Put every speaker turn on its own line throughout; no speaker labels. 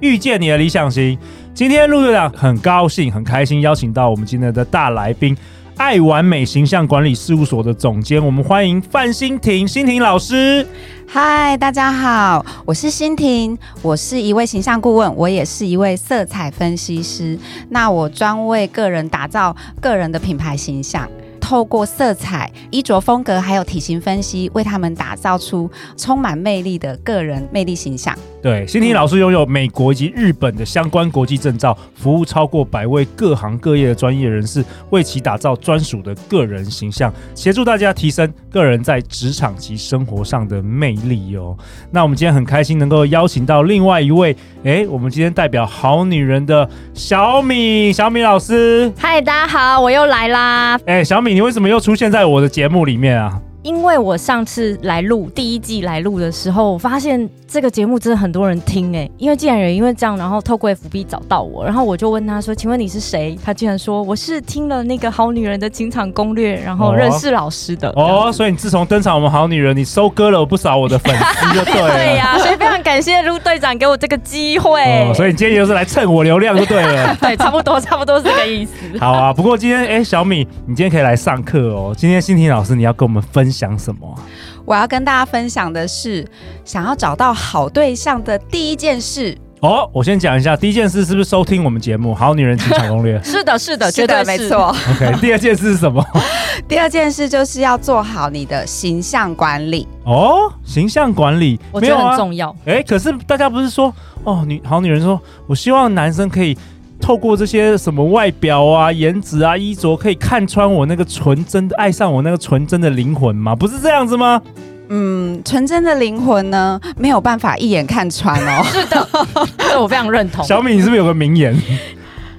遇见你的理想型。今天陆队长很高兴、很开心，邀请到我们今天的大来宾——爱完美形象管理事务所的总监，我们欢迎范欣婷，欣婷老师。
嗨，大家好，我是欣婷，我是一位形象顾问，我也是一位色彩分析师。那我专为个人打造个人的品牌形象。透过色彩、衣着风格还有体型分析，为他们打造出充满魅力的个人魅力形象。
对，欣婷老师拥有美国以及日本的相关国际证照，服务超过百位各行各业的专业人士，为其打造专属的个人形象，协助大家提升个人在职场及生活上的魅力哦。那我们今天很开心能够邀请到另外一位，诶，我们今天代表好女人的小米，小米老师。
嗨，大家好，我又来啦！
诶，小米，你为什么又出现在我的节目里面啊？
因为我上次来录第一季来录的时候，我发现这个节目真的很多人听哎、因为既然有人因为这样，然后透过 FB 找到我，然后我就问他说：“请问你是谁？”他竟然说：“我是听了那个《好女人的情场攻略》，然后认识老师的。”
哦，所以你自从登场我们好女人，你收割了不少我的粉丝，就对了。
对呀、所以非常感谢陆队长给我这个机会。
哦，所以你今天就是来蹭我流量就对
。
了
对，差不多，差不多是这个意思。
好啊，不过今天哎、小米，你今天可以来上课哦。今天欣婷老师，你要跟我们分享什么啊？
我要跟大家分享的是，想要找到好对象的第一件事，
哦，我先讲一下，第一件事是不是收听我们节目《好女人情场攻 略》
是的，是的，
是
绝对
的，
是
没。错。
？OK，第二件事是什 么？
第二件事就是要做好你的形象管理。
哦，形象管理
我
没
觉得
有
很
啊？
重要。
哎、可是大家不是说哦，女好女人说，我希望男生可以透过这些什么外表啊、颜值啊、衣着，可以看穿我那个纯真的，爱上我那个纯真的灵魂吗？不是这样子吗？
嗯，纯真的灵魂呢，没有办法一眼看穿哦。
是的，这我非常认同。
小米，你是不是有个名言？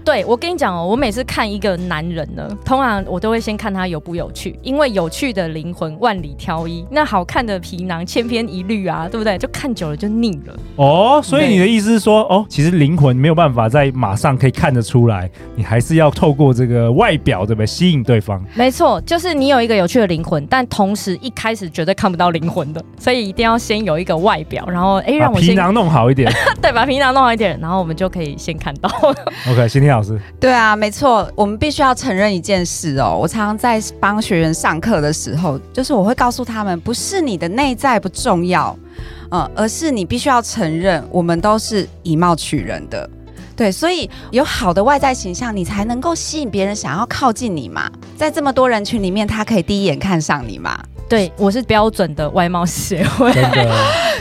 对，我跟你讲哦，我每次看一个男人呢，通常我都会先看他有不有趣，因为有趣的灵魂万里挑一，那好看的皮囊千篇一律啊，对不对？就看久了就腻了。
哦，所以
对
你的意思是说，哦，其实灵魂没有办法在马上可以看得出来，你还是要透过这个外表，对不对？吸引对方。
没错，就是你有一个有趣的灵魂，但同时一开始绝对看不到灵魂的，所以一定要先有一个外表，然后哎，
把
让我
皮
先
囊弄好一点。
对把皮囊弄好一点，然后我们就可以先看到。
OK，欣天老师，
对啊，没错，我们必须要承认一件事哦。我常常在帮学员上课的时候，就是我会告诉他们，不是你的内在不重要，嗯，而是你必须要承认，我们都是以貌取人的。对，所以有好的外在形象，你才能够吸引别人想要靠近你嘛。在这么多人群里面，他可以第一眼看上你嘛？
对，我是标准的外貌协 会。
真的，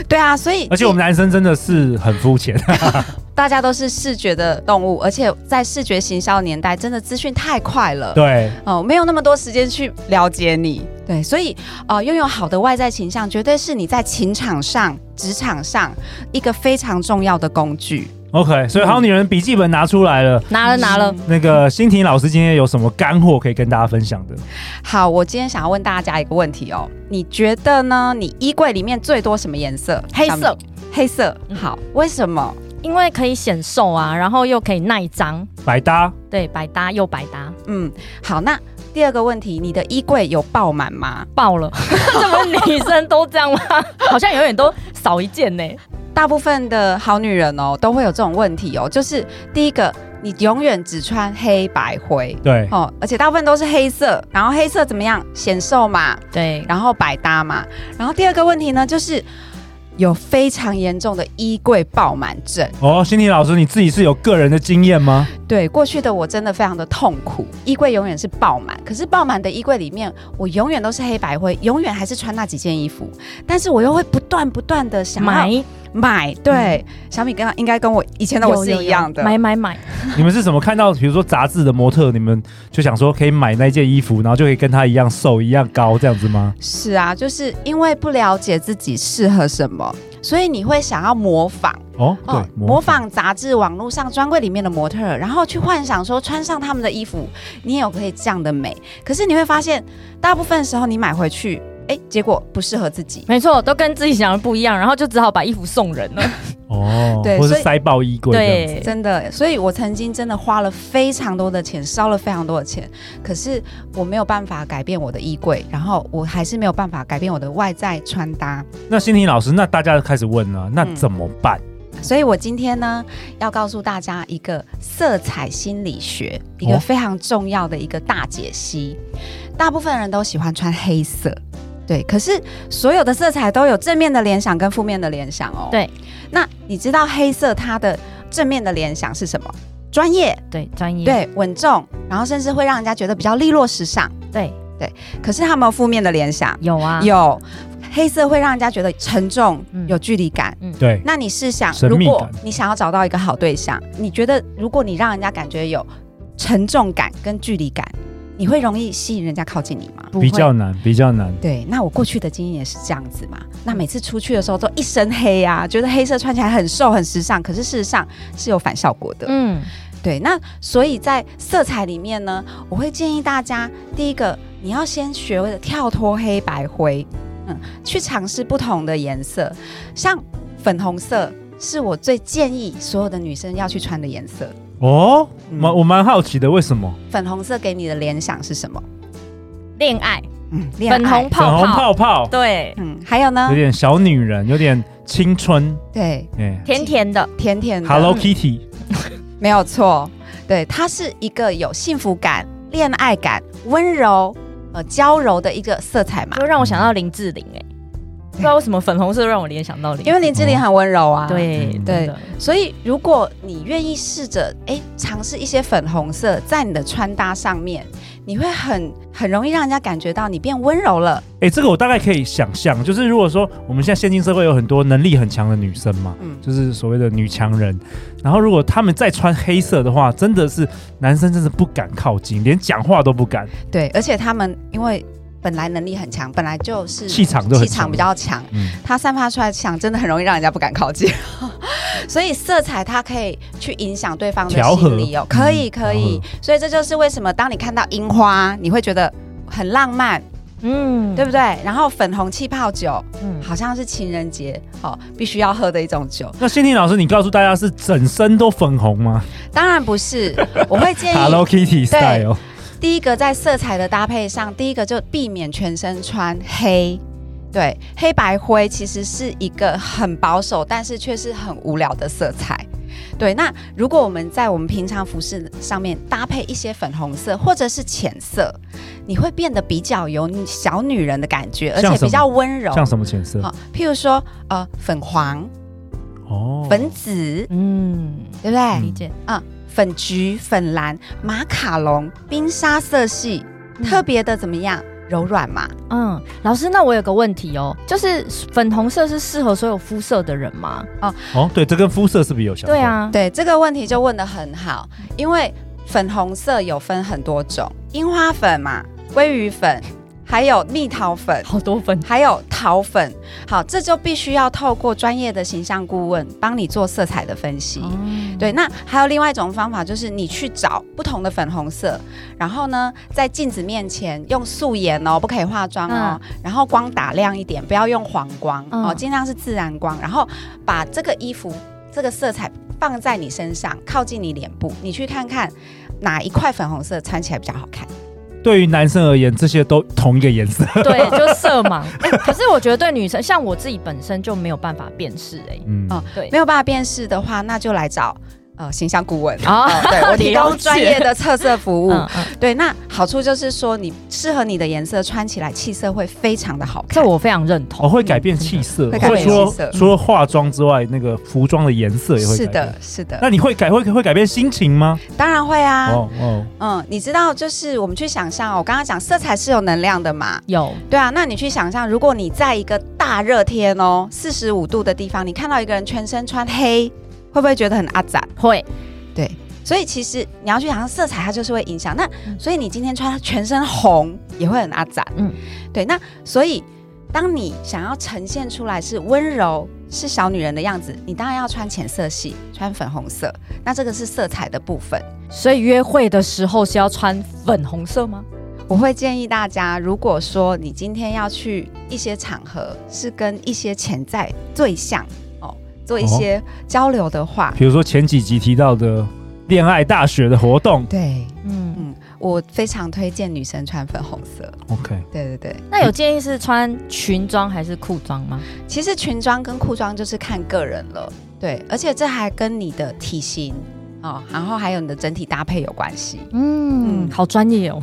对啊，所以
而且我们男生真的是很肤浅。
大家都是视觉的动物，而且在视觉行销年代，真的资讯太快了。
对，
哦，没有那么多时间去了解你。对，所以呃，拥有好的外在形象，绝对是你在情场上、职场上一个非常重要的工具。
OK，所以好女人笔记本拿出来了。
拿了拿
嗯
了，
那个欣婷老师今天有什么干货可以跟大家分享的？
好，我今天想要问大家一个问题哦，你觉得呢？你衣柜里面最多什么颜色？
黑
小米
色，嗯
黑色。好，为什么？
因为可以显瘦啊，然后又可以耐脏，
百搭
对，百搭又百搭。
嗯，好，那第二个问题，你的衣柜有爆满吗？
爆了， 怎么女生都这样吗？ 好像永远都少一件呢、
大部分的好女人哦，都会有这种问题哦，就是第一个，你永远只穿黑白灰。
对，
哦，而且大部分都是黑色，然后黑色怎么样显瘦嘛，
对，
然后百搭嘛，然后第二个问题呢就是有非常严重的衣柜爆满症。
哦，欣婷老师你自己是有个人的经验 吗？
对，过去的我真的非常的痛苦，衣柜永远是爆满，可是爆满的衣柜里面，我永远都是黑白灰，永远还是穿那几件衣服，但是我又会不断不断的想要
买
买。对，小米跟应该跟我以前的我是
嗯有有
一样的，
有买买买，
你们是怎么看到，比如说杂志的模特，你们就想说可以买那件衣服，然后就可以跟他一样瘦、一样高这样子吗？
是啊，就是因为不了解自己适合什么，所以你会想要模仿
哦，
哦
对，，
模仿杂志网络上专柜里面的模特儿，然后去幻想说穿上他们的衣服，你也有可以这样的美。可是你会发现，大部分时候你买回去，哎，结果不适合自己。
没错，都跟自己想的不一样，然后就只好把衣服送人了。
哦，
对
或是
所以
塞爆衣柜这样子，
对，
真的，所以我曾经真的花了非常多的钱，烧了非常多的钱，可是我没有办法改变我的衣柜，然后我还是没有办法改变我的外在穿搭。
那欣婷老师，那大家开始问了，那
嗯
怎么办？
所以我今天呢，要告诉大家一个色彩心理学，一个
哦
非常重要的一个大解析。大部分人都喜欢穿黑色。对，可是所有的色彩都有正面的联想跟负面的联想哦。
对，
那你知道黑色它的正面的联想是什么？专业，
对，专业，
对，稳重，然后甚至会让人家觉得比较利落时尚。
对，
可是它有没有负面的联想？
有啊，，
有，黑色会让人家觉得沉重，
嗯
有距离感。
对，
那你试想，
神
如
秘
果
感
你想要找到一个好对象，你觉得如果你让人家感觉有沉重感跟距离感，你会容易吸引人家靠近你吗？
不
比
会
较难，比较难。
对，那我过去的经验也是这样子嘛。那每次出去的时候都一身黑啊，觉得黑色穿起来很瘦很时尚，可是事实上是有反效果的。
嗯，
对，那所以在色彩里面呢，我会建议大家，第一个你要先学会跳脱黑白灰，嗯，去尝试不同的颜色，像粉红色是我最建议所有的女生要去穿的颜色。
哦，
嗯
蛮我蛮好奇的，为什么
粉红色给你的联想是什么？
恋爱，
嗯，恋爱
粉红
粉
泡
红
泡，
泡泡
对，
嗯，还有呢
有？点小女人，有点青春，
对，
哎
甜甜的，
甜甜的嗯
，Hello Kitty，
没有错，对，它是一个有幸福感、恋爱感、温柔、呃娇柔的一个色彩嘛
就。让我想到林志玲，哎，不知道为什么粉红色让我联想到林，
因为林志玲很温柔啊，
对
嗯
真的
所以，如果你愿意试着哎尝试一些粉红色在你的穿搭上面，你会很很容易让人家感觉到你变温柔了。
哎，这个我大概可以想象，就是如果说我们现在现今社会有很多能力很强的女生嘛，
嗯，
就是所谓的女强人，然后如果她们再穿黑色的话，真的是男生真是不敢靠近，连讲话都不敢，
对，而且他们因为本来能力很强，本来就是
气场就很
气场比较强，
嗯，
它散发出来的气场真的很容易让人家不敢靠近。 所以色彩它可以去影响对方的
调和
心理哦，可以
嗯
可以。所以这就是为什么当你看到樱花，你会觉得很浪漫，
嗯，
对不对？然后粉红气泡酒。
嗯，
好像是情人节哦，必须要喝的一种酒。
那欣婷老师，你告诉大家是整身都粉红吗
当然 不是，我会建
？Hello
议
Kitty style，
第一个在色彩的搭配上，第一个就避免全身穿黑。对，黑白灰其实是一个很保守，但是却是很无聊的色彩。对，那如果我们在我们平常服饰上面搭配一些粉红色或者是浅色，你会变得比较有小女人的感觉，而
像
且
什么
比较温柔。
像什么浅色？
好、譬如说呃粉黄、
哦，
粉紫，
嗯，
对不对？
理解，
啊，粉橘、粉蓝、马卡龙、冰沙色系，特别的怎么样？柔软嘛，
嗯，老师，那我有个问题哦，就是粉红色是适合所有肤色的人吗？
哦，对，这跟肤色是不是有相关？
对，啊，
对这个问题就问得很好，因为粉红色有分很多种，樱花粉嘛，鲑鱼粉，还有蜜桃粉，
好多粉，
还有桃粉。好，这就必须要透过专业的形象顾问帮你做色彩的分
哦
析。对，那还有另外一种方法，就是你去找不同的粉红色，然后呢，在镜子面前用素颜哦，不可以化妆哦，然后光打亮一点，不要用黄光、
嗯
哦，尽量是自然光，然后把这个衣服这个色彩放在你身上，靠近你脸部，你去看看哪一块粉红色穿起来比较好看。
对于男生而言，这些都同一个颜 色。
对，就色盲。 哎可是我觉得对女生，像我自己本身就没有办法辨识哎、
嗯，
哦
对
没，有办法辨识的话，那就来找呃形象顾问。
啊
哦， 对我提
了
供
解
专业的测色服务，
嗯嗯，
对，那好处就是说，你适合你的颜色穿起来，气色会非常的好看。
这我非常认
哦，
同。嗯
会改变气色，
会改
变
除
气色
了除了化妆之外，那个服装的颜色也会
是
改变
的，。是的，
那你会改会会改变心情吗？
当然会啊。
哦哦，
嗯，你知道，就是我们去想象哦，我刚刚讲色彩是有能量的嘛，
有，
对啊。那你去想象，如果你在一个大热天哦，四十五度的地方，你看到一个人全身穿黑，会不会觉得很阿杂？
会，
对，所以其实你要去想象色彩，它就是会影响。那
嗯
所以你今天穿全身红也会很阿杂，
嗯
嗯，对。那所以当你想要呈现出来是温柔、是小女人的样子，你当然要穿浅色系，穿粉红色。那这个是色彩的部分。
所以约会的时候是要穿粉红色吗？
我会建议大家，如果说你今天要去一些场合，是跟一些潜在对象哦做一些交流的话，
比如说前几集提到的恋爱大学的活动
对
嗯，
我非常推荐女生穿粉啊红色。
，OK，
对对对，
那有建议是穿裙装还是裤装吗？
其实裙装跟裤装就是看个人了，对，而且这还跟你的体型哦，然后还有你的整体搭配有关系。
嗯，好专业 哦，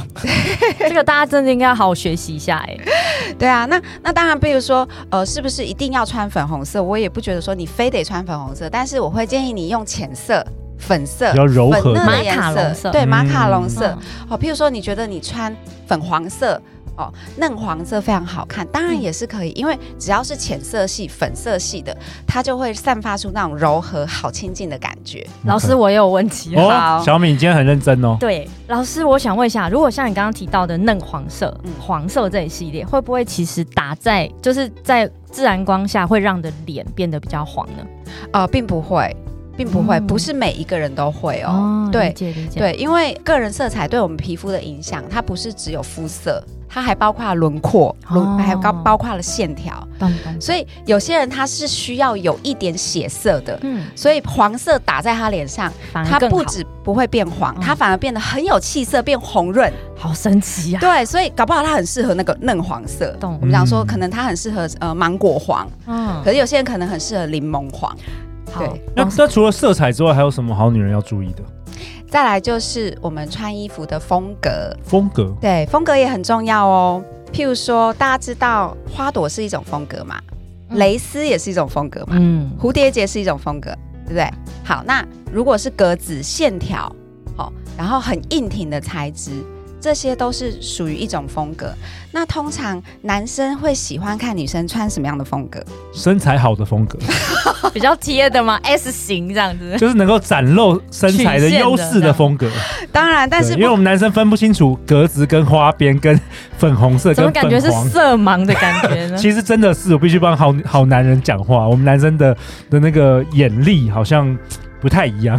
这个大家真的应该好好学习一下哎。
对啊，那那当然，比如说，呃，是不是一定要穿粉红色？我也不觉得说你非得穿粉红色，但是我会建议你用浅色、粉色
比、较柔
粉啊
和
嫩
的
嘛
的颜
马卡龙色
对，
嗯
马卡龙色。
嗯
哦，譬如说，你觉得你穿粉黄色。哦，嫩黄色非常好看，当
嗯
然也是可以，因为只要是浅色系、粉色系的，它就会散发出那种柔和、好亲近的感觉。
老师，我也有问题。
哦，
好
小米，你今天很认真哦。
对，老师，我想问一下，如果像你刚刚提到的嫩黄色、
嗯
黄色这一系列，会不会其实打在就是在自然光下会让你的脸变得比较黄呢？
呃，并不会，并不会，
嗯
不是每一个人都会哦对
理，解理解。
对，因为个人色彩对我们皮肤的影响，它不是只有肤色，它还包括轮廓，轮、
哦
还包包括了线条。
懂，懂懂。
所以有些人他是需要有一点血色的，
嗯，
所以黄色打在他脸上，
反而
他
更
不
好，
止不会变黄，
嗯
他反而变得很有气色，变红润。
好神奇啊呀、
对，所以搞不好他很适合那个嫩黄色。
懂
我，们讲说，
嗯
可能他很适合呃芒果黄，
嗯，
可是有些人可能很适合柠檬黄。
好
对
那
老师
那除了色彩之外，还有什么好女人要注意的
再来就是我们穿衣服的风格，
风格？
对，风格也很重要哦。譬如说，大家知道花朵是一种风格嘛，
嗯
蕾丝也是一种风格嘛，
嗯，
蝴蝶结是一种风格，对不对？好，那如果是格子线条，哦，然后很硬挺的材质，这些都是属于一种风格。那通常男生会喜欢看女生穿什么样的风格？
身材好的风 格，
比较贴的嘛，S 型这样子。
就是能够展露身材的优势的风格。
当然，但
对
是
因为
不
我们男生分不清楚格子跟花边跟粉红色
怎
跟
么感觉是
粉黄。
色盲的感觉 呢？
其实真的是，我必须帮好好男人讲话。我们男生的的那个眼力好像不太一样。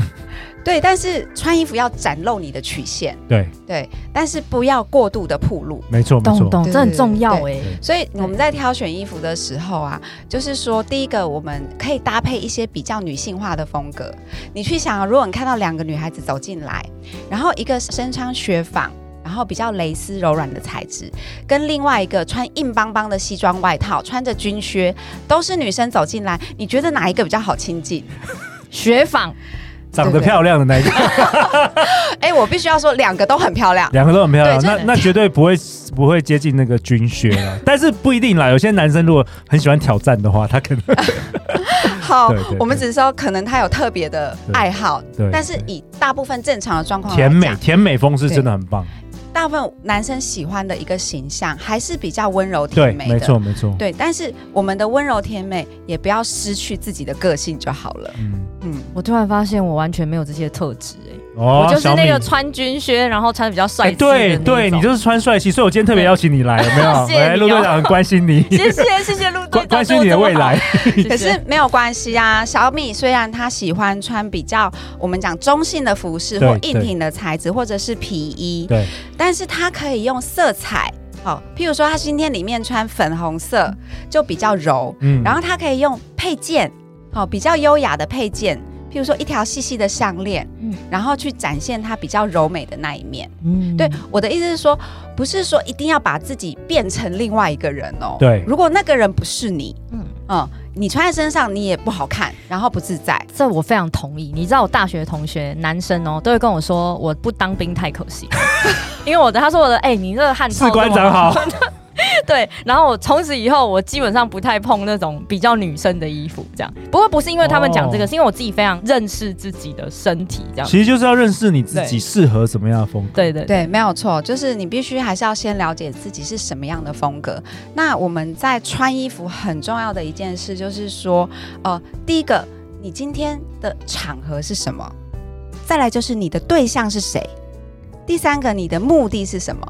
对，但是穿衣服要展露你的曲线，
对，
对，但是不要过度的暴露。
没错没
懂
错。
懂，
对
这很重要哎、
对
对
所以我们在挑选衣服的时候啊，就是说，第一个我们可以搭配一些比较女性化的风格。你去想、啊，如果你看到两个女孩子走进来，然后一个身穿雪纺，然后比较蕾丝柔软的材质，跟另外一个穿硬邦邦的西装外套，穿着军靴，都是女生走进来，你觉得哪一个比较好亲近？
雪纺
长得漂亮的那一个，
哎，我必须要说，两个都很 漂亮。
两个都很漂亮。
对
那
就是
那绝对不会不会接近那个军靴 了，但是不一定啦。有些男生如果很喜欢挑战的话，他可能
好
对对对，
我们只是说，可能她有特别的爱好，
对。
但是
对
以大部分正常的状况来
甜
讲，
美甜美风是真的很棒。
大部分男生喜欢的一个形象还是比较温柔
对，
甜美的，
没错没错。
对但是我们的温柔甜美也不要失去自己的个性就好了。
嗯，
嗯，
我突然发现我完全没有这些特质哎、
哦
我就是
小
那
米
个穿军靴，然后穿的比较帅
哎，
气的那
对
种、
对，你就是穿帅气，所以我今天特别邀请你来，有没有？
谢谢你哦
来，陆队长很关心你，
谢谢谢谢陆队
关
长
关心你的未来。。
对我这么好
可是
谢谢
没有关系啊。小米虽然他喜欢穿比较我们讲中性的服饰
对
或硬挺的材质，或者是皮 衣，
对，
但是他可以用色彩。哦，譬如说他今天里面穿粉红色就比较柔，
嗯
然后它可以用配件，好、比较优雅的配件，譬如说一条细细的项链，
嗯
然后去展现它比较柔美的那一面。
嗯
对，我的意思是说，不是说一定要把自己变成另外一个人哦。
对
如果那个人不是你，
嗯
嗯，你穿在身上你也不好看，然后不自在。
这我非常同意。你知道我大学同学男生哦，都会跟我说我不当兵太可 惜，因为我的他说我的哎、你这个汗
士官长好，
对，然后我从此以后我基本上不太碰那种比较女生的衣服这样。不过不是因为他们讲这个，
哦
是因为我自己非常认识自己的身体这样。
其实就是要认识你自己适合什么样的风格。
对对对，
对，没有错，就是你必须还是要先了解自己是什么样的风格。那我们在穿衣服很重要的一件事就是说，呃，第一个，你今天的场合是什么？再来就是你的对象是谁？第三个，你的目的是什么？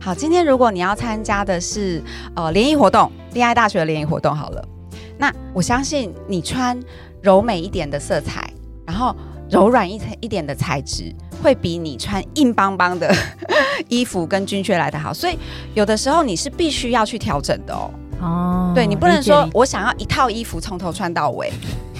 好，今天如果你要参加的是呃联谊活动，恋爱大学的联谊活动好了，那我相信你穿柔美一点的色彩，然后柔软一一点的材质，会比你穿硬邦邦的衣服跟军靴来的好。所以有的时候你是必须要去调整的哦。
哦
嗯
对你不能说我想要一套衣服从头穿到尾，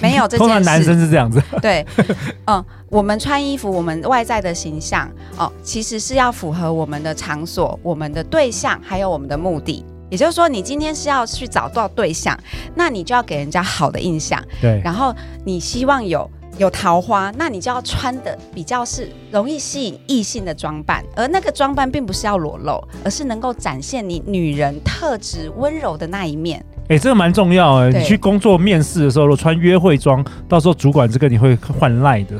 没有 这件事。
通常男生是这样子，
对， 嗯，我们穿衣服，我们外在的形象哦，其实是要符合我们的场所、我们的对象，还有我们的目的。也就是说，你今天是要去找到对象，那你就要给人家好的印象，
对，
然后你希望有有桃花，那你就要穿的比较是容易吸引异性的装扮，而那个装扮并不是要裸露，而是能够展现你女人特质温柔的那一面。
哎，这个蛮重要哎。
对
你去工作面试的时候，如果穿约会装，到时候主管这个你会换赖的，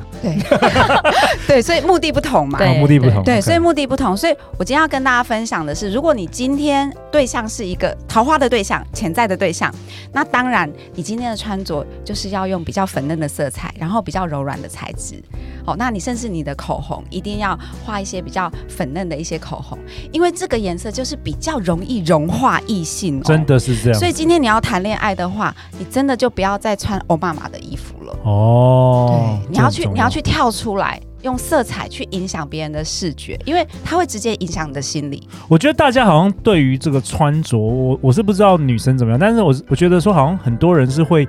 对，所以目的不同嘛。
对
啊目的不同。
对，
OK
所以目的不同，所以我今天要跟大家分享的是，如果你今天对象是一个桃花的对象、潜在的对象，那当然你今天的穿着就是要用比较粉嫩的色彩，然后比较柔软的材质。哦，那你甚至你的口红一定要画一些比较粉嫩的一些口红，因为这个颜色就是比较容易融化异性、哦。
真。的是这样。
所以今天你要谈恋爱的话，你真的就不要再穿欧巴马的衣服了。
哦，
对，你要
这
去
很重
你要去跳出来，用色彩去影响别人的视觉，因为它会直接影响你的心理。
我觉得大家好像对于这个穿着，我我是不知道女生怎么样，但是我我觉得说好像很多人是会，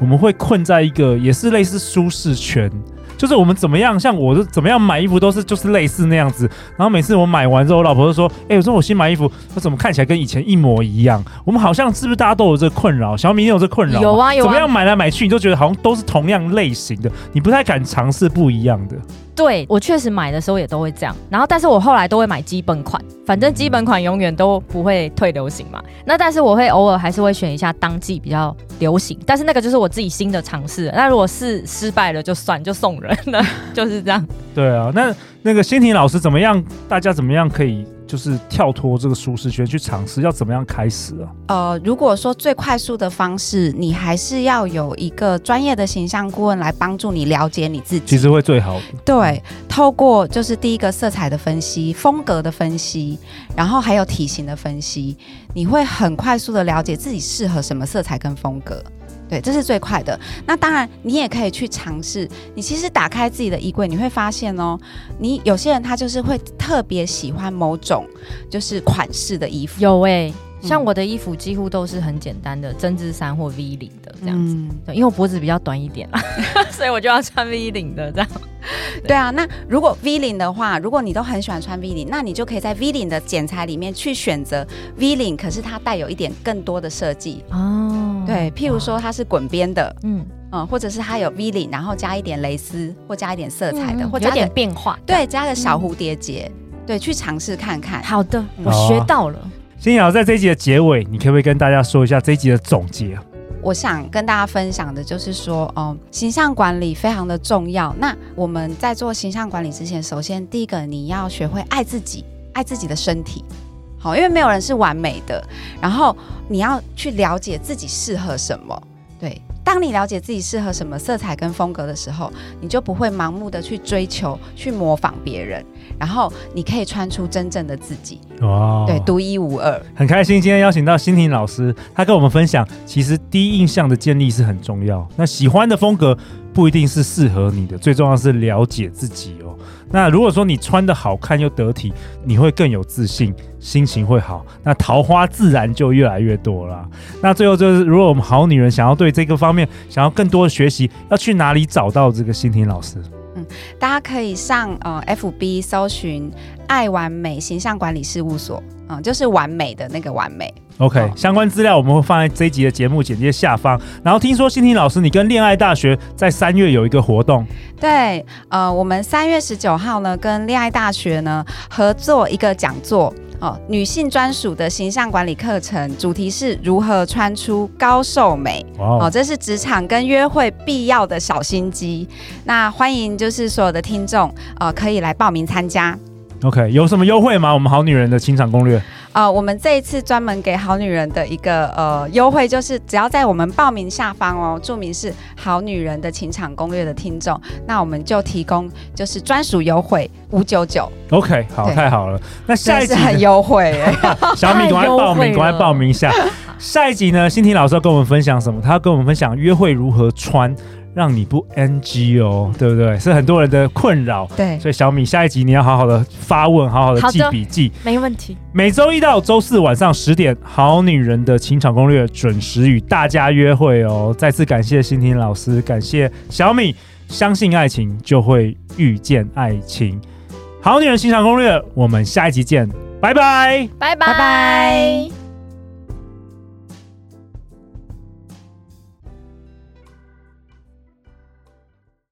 我们会困在一个也是类似舒适圈。就是我们怎么样，像我是怎么样买衣服都是就是类似那样子，然后每次我买完之后，我老婆就说：“哎、我说我新买衣服，我怎么看起来跟以前一模一样？”我们好像是不是大家都有这个困扰？小米你有这个困扰吗？
有啊有啊
怎么样买来买去，你就觉得好像都是同样类型的，你不太敢尝试不一样的。
对我确实买的时候也都会这样，然后但是我后来都会买基本款，反正基本款永远都不会退流行嘛。那但是我会偶尔还是会选一下当季比较流行，但是那个就是我自己新的尝试。那如果是失败了就算，就送人了， 就是这样。
对啊，那那个欣婷老师怎么样？大家怎么样可以就是跳脱这个舒适圈去尝试？要怎么样开始啊？
呃，如果说最快速的方式，你还是要有一个专业的形象顾问来帮助你了解你自己。
其实会最好的。
对，透过就是第一个色彩的分析、风格的分析，然后还有体型的分析，你会很快速的了解自己适合什么色彩跟风格。对，这是最快的。那当然，你也可以去尝试。你其实打开自己的衣柜，你会发现哦，你有些人他就是会特别喜欢某种就是款式的衣服，
有诶、像
嗯
我的衣服几乎都是很简单的针织衫或 V 领的这样子。
嗯
对，因为我脖子比较短一点啦， 所以我就要穿 V 领的这样。
对啊，那如果 V 领的话，如果你都很喜欢穿 V 领，那你就可以在 V 领的剪裁里面去选择 V 领，可是它带有一点更多的设计。
哦，，
对，譬如说它是滚边的，
嗯，
嗯，或者是它有 V 领，然后加一点蕾丝，或加一点色彩的，
嗯
或
有
加
点
点
变化。
对，加个小蝴蝶结，对，去尝试看看。
好的，我
好啊
学到了。
欣婷老师在这一集的结尾，你可不可以跟大家说一下这一集的总结啊？
我想跟大家分享的就是说，嗯，形象管理非常的重要。那我们在做形象管理之前，首先第一个你要学会爱自己，爱自己的身体。好，因为没有人是完美的。然后你要去了解自己适合什么。对，当你了解自己适合什么色彩跟风格的时候，你就不会盲目的去追求、去模仿别人，然后你可以穿出真正的自己，
哇
对，独一无二。
很开心今天邀请到欣婷老师，她跟我们分享，其实第一印象的建立是很重要。那喜欢的风格不一定是适合你的，最重要是了解自己哦。那如果说你穿的好看又得体，你会更有自信，心情会好，那桃花自然就越来越多啦。那最后就是，如果我们好女人想要对这个方面想要更多的学习，要去哪里找到这个欣婷老师？
大家可以上呃 FB 搜寻“爱完美形象管理事务所”，嗯、就是完美的那个完美。
OK，、
好
相关资料我们会放在这一集的节目简介下方。然后听说欣婷老师，你跟恋爱大学在三月有一个活动，
对，呃，我们三月十九号呢，跟恋爱大学呢合作一个讲座。哦，女性专属的形象管理课程，主题是如何穿出高瘦美。
哇
哦，
哦，
这是职场跟约会必要的小心机。那欢迎就是所有的听众，呃，可以来报名参加。
OK，有什么优惠吗？我们好女人的情场攻略，
呃，我们这一次专门给好女人的一个呃优惠，就是只要在我们报名下方哦，注明是“好女人的情场攻略”的听众，那我们就提供就是专属优惠五九九，
OK，好，
对
太好了。那
真
下
的
一
是
集
很
呢
优惠啊耶、
小米，赶快报
太优惠
名，
了
赶快报名一下。下一集呢，欣婷老师要跟我们分享什么？他要跟我们分享约会如何穿，让你不 NG 哦，对不对？是很多人的困扰。
对，
所以小米，下一集你要好好的发问，好好的
好
记
的
笔记。
没问题。
每周一到周四晚上十点，《好女人的情场攻略》准时与大家约会哦。再次感谢欣婷老师，感谢小米，相信爱情就会遇见爱情。《好女人情场攻略》，我们下一集见，拜拜。
拜
拜拜